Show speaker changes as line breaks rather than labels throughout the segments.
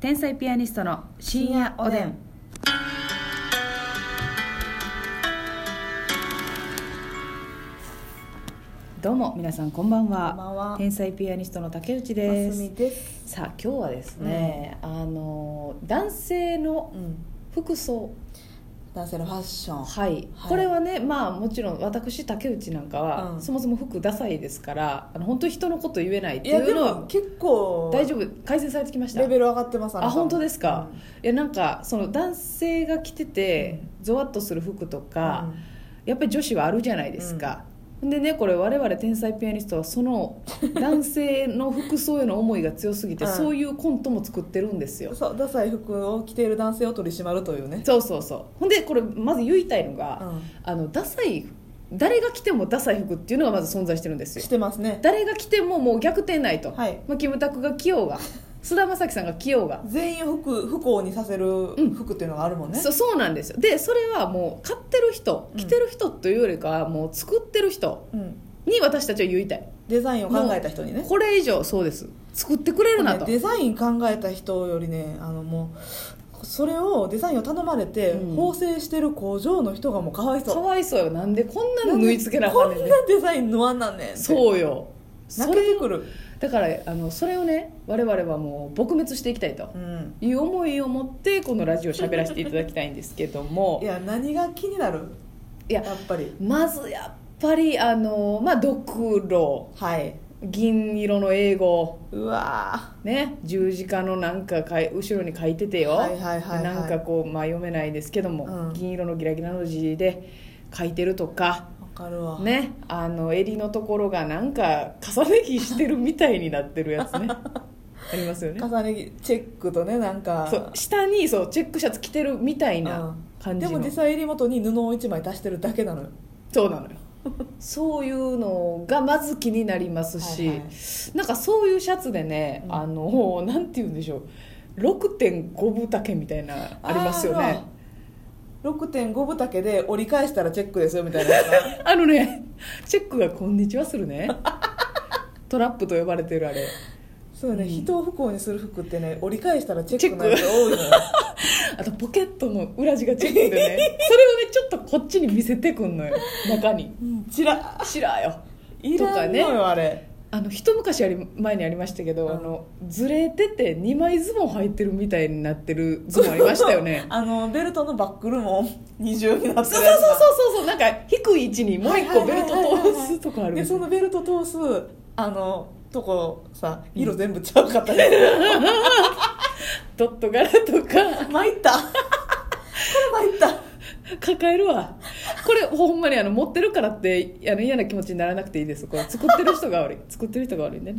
天才ピアニストの深夜おでん。どうも皆さんこんばんは。
こんばんは
天才ピアニストの竹内
ま
ですす。
みです。
さあ今日はですね、あの男性の
うん。
服装
男性のファッション。
はい、
はい
これはねまあもちろん私竹内なんかは、
うん
そもそも服ダサいですからあの本当に人のこと言えないって
い
い
やで
うのは
も結構
大丈夫改善されてきました
レベル上がってます。な
あ
たも
本当ですか、
うん
いやなんかその男性が着ててゾワッとする服とか、やっぱり女子はあるじゃないですか、でねこれ我々天才ピアニストはそ の男性の服装への思いが強すぎて、
うん
そういうコントも作ってるんです
う
よ
ん、そうダサい服を着ている男性を取り締まるというね。
そうそうそうほんでこれまず言いたいのが、
う
あのダサい誰が着てもダサい服っていうのがまず存在してるんです
ん。
よ
してますね。
誰が着てももう逆転ないと、
はい
まあ、キムタクが着ようが菅田将暉さんが着ようが、
全員を服不幸にさせる
ん
服っていうのがあるもんね。
そそうなんですよでそれはもう買ってる人
うん
着てる人というよりかはもう作ってる人
うん。
に私たちは言いたい
デザインを考えた人にね。
これ以上そうです作ってくれるなと、
デザイン考えた人よりねあのもうそれをデザインを頼まれて、
うん
縫製してる工場の人がもうかわいそう
かわいそうよなんでこんなの縫い付けなあ
こ
か
ん
んねんね
なデザイン縫わんなんねんって
そうよ
泣
そ
け
れ
てくる、
だからあのそれをね我々はもう撲滅していきたいと
うん、
いう思いを持ってこのラジオを喋らせていただきたいんですけども
いや何が気になる
いや
やっぱり
まずやっぱりあのまあドクロ
はい
銀色の英語
うわ
ね十字架のなんかかい後ろに書いててよ、
はいはいはいはい
なんかこうまあ読めないですけども、
うん
銀色のギラギラの字で書いてるとか
ーわかるわ、
ねあの襟のところがなんか重ね着してるみたいになってるやつ ねありますよね
重ね着チェックとねなんか
そう下にそうチェックシャツ着てるみたいな感じ
で
の、
も実際襟元に布を1枚足してるだけなのよ
そうなのよそういうのがまず気になりますし、
はいはい
なんかそういうシャツでね、
うん
あのなんて言うんでしょう6.5分丈みたいなありますよね
あー6.5分丈で折り返したらチェックですよみたいなやつな
あのねチェックが「こんにちは」するねトラップと呼ばれてるあれ
そうね、
うん
人を不幸にする服ってね折り返したらチェ
チェッ
ック
ク
のやつ多いのよ
あとポケットの裏地がチェックでねそれをねちょっとこっちに見せてくんのよ中 に
ちら
「知らよ」
い
と
ら
か
んの
ね
よあれ
あの一昔あり前にありましたけど、
うん
あのずれてて2枚ズボン履いてるみたいになってるズボンありましたよね
あのベルトのバックルも二重になって
そうそうそ
る
う
やつ
そう
な
そうそうなんか低い位置にもう一個ベルト 通すとかある
でそのベルト通すあのとこさ色全部ちゃうかったり
ドット柄と か
参ったこれ参った
抱えるわこれほんまにあの持ってるからってあの嫌な気持ちにならなくていいですこれ作ってる人が悪い 作ってる人が悪いんで ね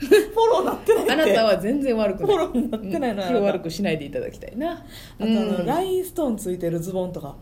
フォローなってないって
あなたは全然悪くない
フォローになってないな
うん気を悪くしないでいただきたいな
あとあの、
うん
ラインストーンついてるズボンとか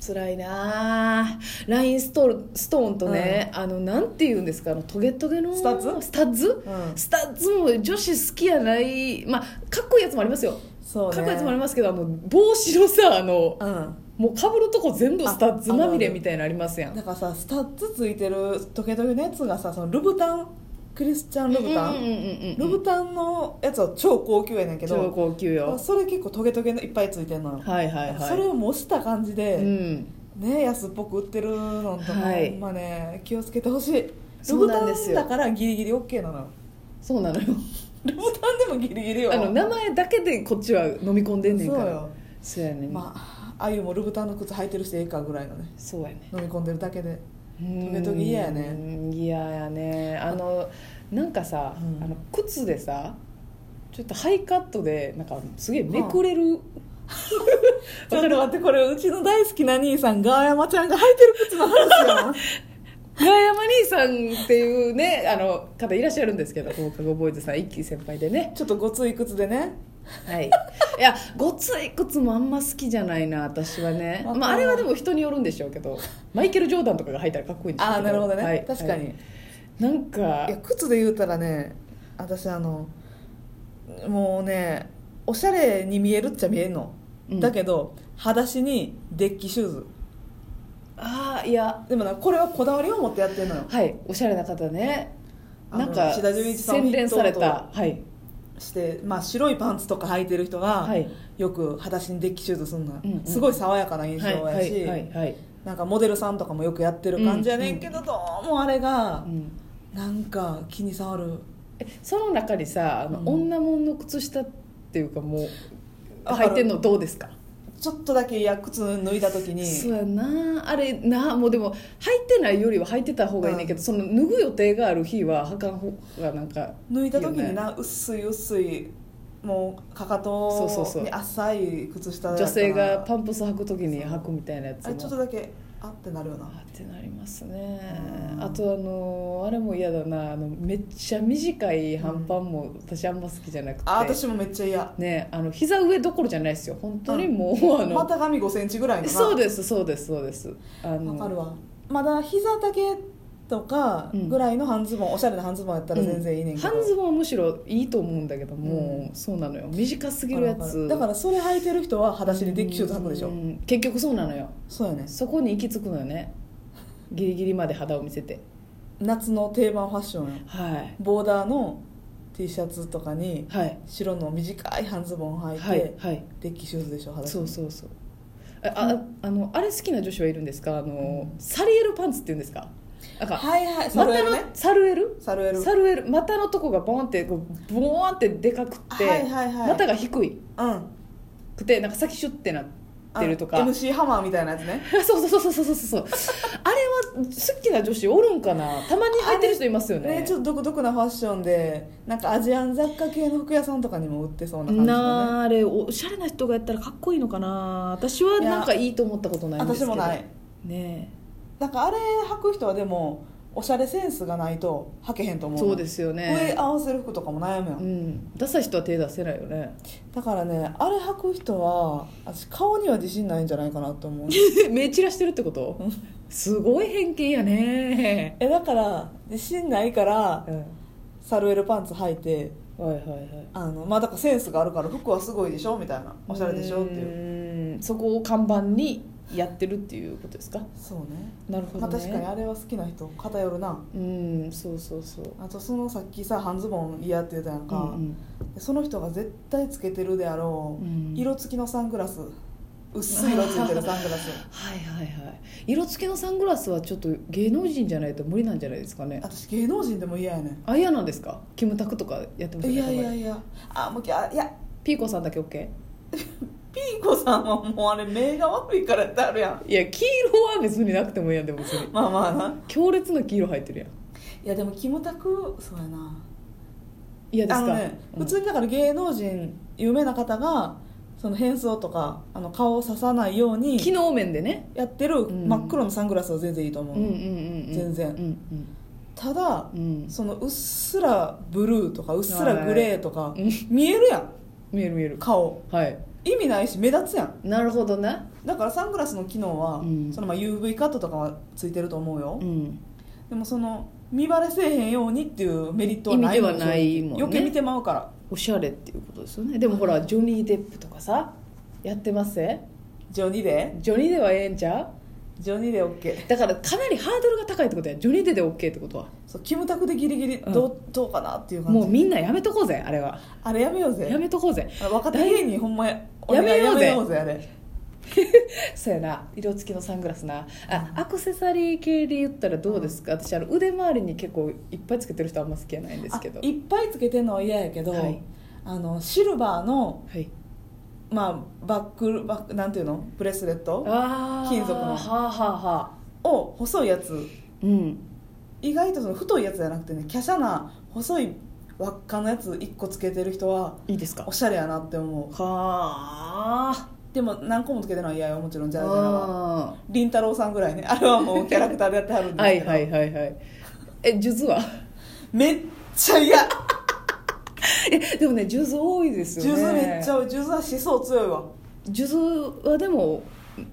辛いなあラインストールストーンとね、あのなんて言うんですかあのトゲトゲの
スタッズ
スタッズ、
うん
スタッズも女子好きやないまあかっこいいやつもありますよ、
そうね
かっこいいやつもありますけどあの帽子のさあの
うん
もうかぶるとこ全部スタッズ
あ
まみれみたいなのありますやん
だからさスタッツついてるトゲトゲのやつがさそのルブタンクリスチャンルブタン、
うんうんうんう
ル
ん
ブタンのやつは超高級やねんけ
超
ど
高級よ
それ結構トゲトゲのいっぱいついてんのよ、
はいはいはい
それを模した感じで、
うん
ね安っぽく売ってるのとか、
はい
ほんまね気をつけてほしいル
そう
ブ
な
タ
んですよ
ンだからギリギリ OK なのよ
そうなのよ
ルブタンでもギリギリよ
あの名前だけでこっちは飲み込んでんねんから
そうよ
そうやねん、
まああゆもルブタンの靴履いてるしええかぐらいのね
そうやね
飲み込んでるだけで
ト
ゲトゲ嫌やね
嫌やねあのなんかさ、
うん
あの靴でさちょっとハイカットでなんかすげえめくれ る、
ちょっと待ってこれうちの大好きな兄さんが山ちゃんが履いてる靴の話 よ
ガヤ山兄さんっていうねあの方いらっしゃるんですけど放課後ボーイズさん一輝先輩でね
ちょっとごつい靴でね
はいいやごつい靴もあんま好きじゃないな私はね
わかる
まあ、あれはでも人によるんでしょうけどマイケル・ジョーダンとかが履いたらかっこいいんでしょう
あ
け
あなるほどね、
はい
確かに、
はい
い、
なんか
や靴で言うたらね私あのもうねおしゃれに見えるっちゃ見えんの、
うん
だけど裸足にデッキシューズ
ああいや
でもなこれはこだわりを持ってやってんのよ
はいおしゃれな方ね
あの
なんか
志田純一さんを
洗練されたはい
して、まあ、白いパンツとか履いてる人が、
はい
よく裸足にデッキシュートするの、
うんうん
すごい爽やかな印象
は
や
い
し、
はいはいはい
なんかモデルさんとかもよくやってる感じやねんけど、どうもあれが
う、ん
なんか気に障る
えその中にさあの、
うん
女物の靴下っていうかもう
わかる
履いてんのどうですか
ちょっとだけいや靴脱いだ時に
そうやなあれなもうでも履いてないよりは履いてた方がいいねんけど、その脱ぐ予定がある日は履かん方がなんか
脱いだ時にな薄い薄いもうかかと
そうそうそう
に浅い靴下やっ
女
たら
性がパンプス履く時に履くみたいなやつ
あれちょっと
も
だけあってなるよな
あってなりますね
うん
あとあのあれも嫌だなあのめっちゃ短い半パンも私あんま好きじゃなくて、
あ私もめっちゃ嫌
ねあの膝上どころじゃないですよ本当にもう、あの、
股上5センチぐらいのな
そうですそうですそうですあの
わかるわまだ膝丈とかぐらいの半ズボン、おしゃれな半ズボンやったら全然いいねんけど、
半ズボンはむしろいいと思うんだけども、そうなのよ短すぎるや
わかわか
つ
るだからそれ履いてる人は裸足にデッキシュート履くでしょ、
うん結局そうなのよ
そうやね
そこに行き着くのよねギリギリまで肌を見せて
夏の定番ファッションよ
はい
ボーダーの T シャツとかに
はい
白の短い半ズボン履いて、
はいはい
デッキシューズでしょ裸足
そうそうそうあああのあれ好きな女子はいるんですかあの、サリエルパンツっていうんですかなんか、
はいはいサルエ
股
ル
の
ね
サルエル
サルエル
サルエル股のとこがボーンってこうボーンってでかくって、
はいはいはい
股が低い
うん
くてなんか先シュッてなってるとか
あ MC ハマーみたいなやつね
そうそうそうそうそうそうあれは好きな女子おるんかなたまに履いてる人いますよね
ねちょっと独特なファッションでなんかアジアン雑貨系の服屋さんとかにも売ってそうな感じだね
なああれおしゃれな人がやったらかっこいいのかな私はい
や
なんかいいと思ったことないんですけど
私もない
ね
なんかあれ履く人はでもおしゃれセンスがないと履けへんと
え
思う
そうですすよ
声
ね
合わせる服とかも悩むよ、
うんダサい人は手出せないよね
だからねあれ履く人は私顔には自信ないんじゃないかな と思う
目散らしてるってこと
うん
すごい偏見やね
えだから自信ないから
うん
サルエルパンツ履いて
はいはいはい
あのまあだからセンスがあるから服はすごいでしょみたいなおしゃれでしょっていう
うーんそこを看板にやってるっていうことですか
そうね
なるほ
ま
ど
あ、
ね、
確かにあれは好きな人偏るな
うんそうそうそう
あとそのさっきさ半ズボン嫌って言ったやんか、
うん
その人が絶対つけてるであろ
う
う、
ん、
色付きのサング ラス薄い色ついてるサングラス
はいはいはい色付けのサングラスはちょっと芸能人じゃないと無理なんじゃないですかね
私芸能人でも嫌やね
あ嫌なんですかキムタクとかやってま
ん
す
い
よ
や
ねた
いや
まに
いやあもうきゃいや
ピーコさんだけ OK
ピーコさんはもうあれ目が悪いからってあるやん
いや黄色は別になくてもいいやんでも別に
まあまあな
強烈な黄色入ってるやん
いやでもキムタクそうやな
嫌です
あの
か、
ね、
うん
普通にだから芸能人有名な方がその変装とかあの顔を刺さないように
機能面でね
やってる
うん
真っ黒のサングラスは全然いいと思
う
う、
んうんうんうん
全然
うん
ただ
うんうん
そのうっすらブルーとかうっすらグレーとか
うん
見えるやん
見える見える
顔
はい
意味ないし目立つやん
なるほどね
だからサングラスの機能は、
うん
そのまあ UV カットとかはついてると思うよ、
うん
でもその見バレせえへんようにっていうメリットはない
意味ではないもんね
余計見てまうから
おしゃれっていうことですよねでもほらジョニー・デップとかさやってます
ジョニーで
ジョニーではええんちゃ
ジョニーで OK
うだからかなりハードルが高いってことやジョニーでで OK ってことは
そうキムタクでギリギリ
うん
どう,、どうかなっていう感じ
もうみんなやめとこうぜあれは
あれやめよう
や
ぜ
めとこうぜ
あ若手芸人ほんまや
だい
お願い
やめようぜ
やめようぜあれ
そうやな色付きのサングラスなあアクセサリー系で言ったらどうですか私あの腕周りに結構いっぱいつけてる人あんま好きやないんですけど
あいっぱいつけてんのは嫌やけど、
はい
あのシルバーの、
はい
まあ、バックバックなんていうのブレスレット
あー
金属
はあ
の
はあはあ
を細いやつ
うん
意外とその太いやつじゃなくてね華奢な細い輪っかのやつ1個つけてる人はい
いですか
おしゃれやなって思う
はあ
でも何個もつけてるのは嫌よもちろんじゃらじゃらは
あ
りんたろーさんぐらいねあれはもうキャラクターでやってはるん
ー
です
は
け
い
ど
はいはいはいえ数珠は
めっちゃ嫌
えでもね数珠多いですよね
数珠めっちゃ多い数珠は思想強いわ
数珠はでも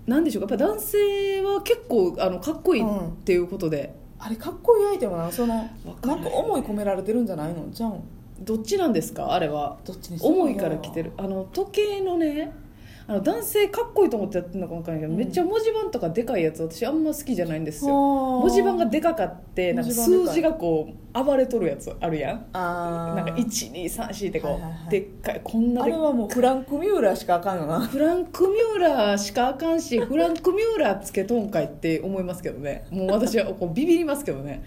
なんでしょうかやっぱ男性は結構あのかっこいいっていうことで、
あれかっこいいアイテムなのその
わかんな
ないんか思い込められてるんじゃないのじゃん
どっちなんですかあれは
どっちにしても
重いから来てるあの時計のねあの男性かっこいいと思ってやってるのか分からないけど、
うん
めっちゃ文字盤とかでかいやつ私あんま好きじゃないんですよ文
文
字盤がでかかってなんか
文字盤
数
でかい
字がこう暴れとるやつあるやん
あー
なんか1234ってこう、
はいはいはい
でっかいこんな
あ
で
れはもうフランク・ミューラーしかあかんよな
フランク・ミューラーしかあかん しフランク・ミューラーつけとんかいって思いますけどねもう私はこうビビりますけどね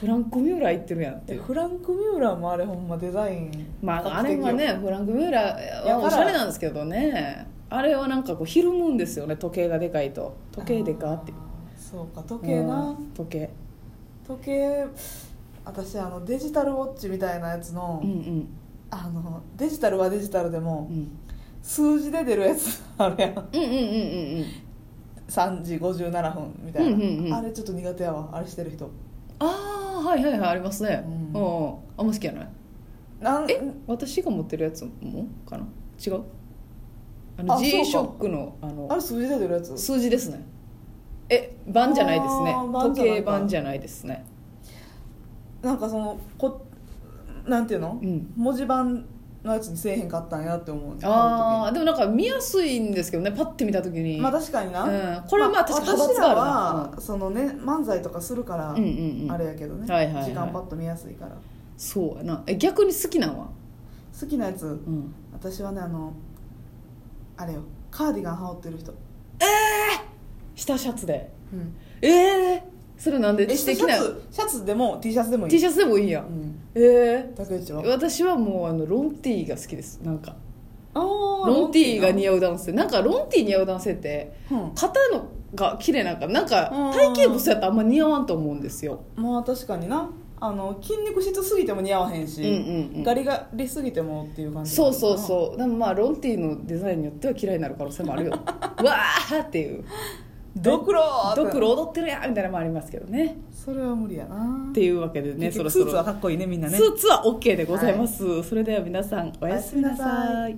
フランク・ミューラー言ってるやんっていう
フランク・ミューラーもあれほんまデザイン
まああれはねフランク・ミューラー
いや
はおしゃれなんですけどねあれはなんかこうひるむんですよね時計がでかいと時計でかって
あーそうか時計な、
うん時計
時計私あのデジタルウォッチみたいなやつの,、
うんうん
あのデジタルはデジタルでも、
うん
数字で出るやつあるやん
うんうんうんうん
3時57分みたいな、
うんうんうん
あれちょっと苦手やわあれしてる人
ああはいはいはいありますね
うん
うんうんあんま好きやない
なん
え私が持ってるやつもかな違うあの
あそうか
G ショックのあの
あれ数字で出るやつ
数字ですねえ番じゃないですね
あー番
時
じゃない
計番じゃないですね
なんかそのこなんていうの、
うん
文字盤のやつにせえへんかったんやって思う
あ
あ
あでもなんか見やすいんですけどねパッて見た時に、
まあ確かにな、
うんこれはまあ確かに派閥
私
があ
ら
るな
は、そのね漫才とかするから、
うんうんうん
あれやけどね、
はいはいはい
時間パッと見やすいから
そうやなえ逆に好きなんは、
好きなやつ
うん、
私はねあのあれよカーディガン羽織ってる人、
下シャツでええー、それなんで
え
知
シャ
的な
ツシャツでも T シャツでもいい
T シャツでもいいやん
うん
ええ
竹内は
ー、私はもうあのロンティーが好きですなんかロ
ロ
ンティーが
合
似合う男性なんかロンティー似合う男性って
う、
肩のが綺麗なんかなんか
うん
体型ブスやったらあんま似合わんと思うんですよ
ん、まあ確かになあの筋肉質すぎても似合わへんし、
うんうんうん
ガリガリすぎてもっていう感じ
そうそうそうでもまあロンティーのデザインによっては嫌いになる可能性もあるよ わーっていう
うドクロー
ドクロ踊ってるやんみたいなのもありますけどね
それは無理やな
っていうわけでね
結
そろ
局
そろ
スーツはかっこいいねみんなね
スーツは OK でございます、それでは皆さんおやすみな
おやすみな
さ
さ
い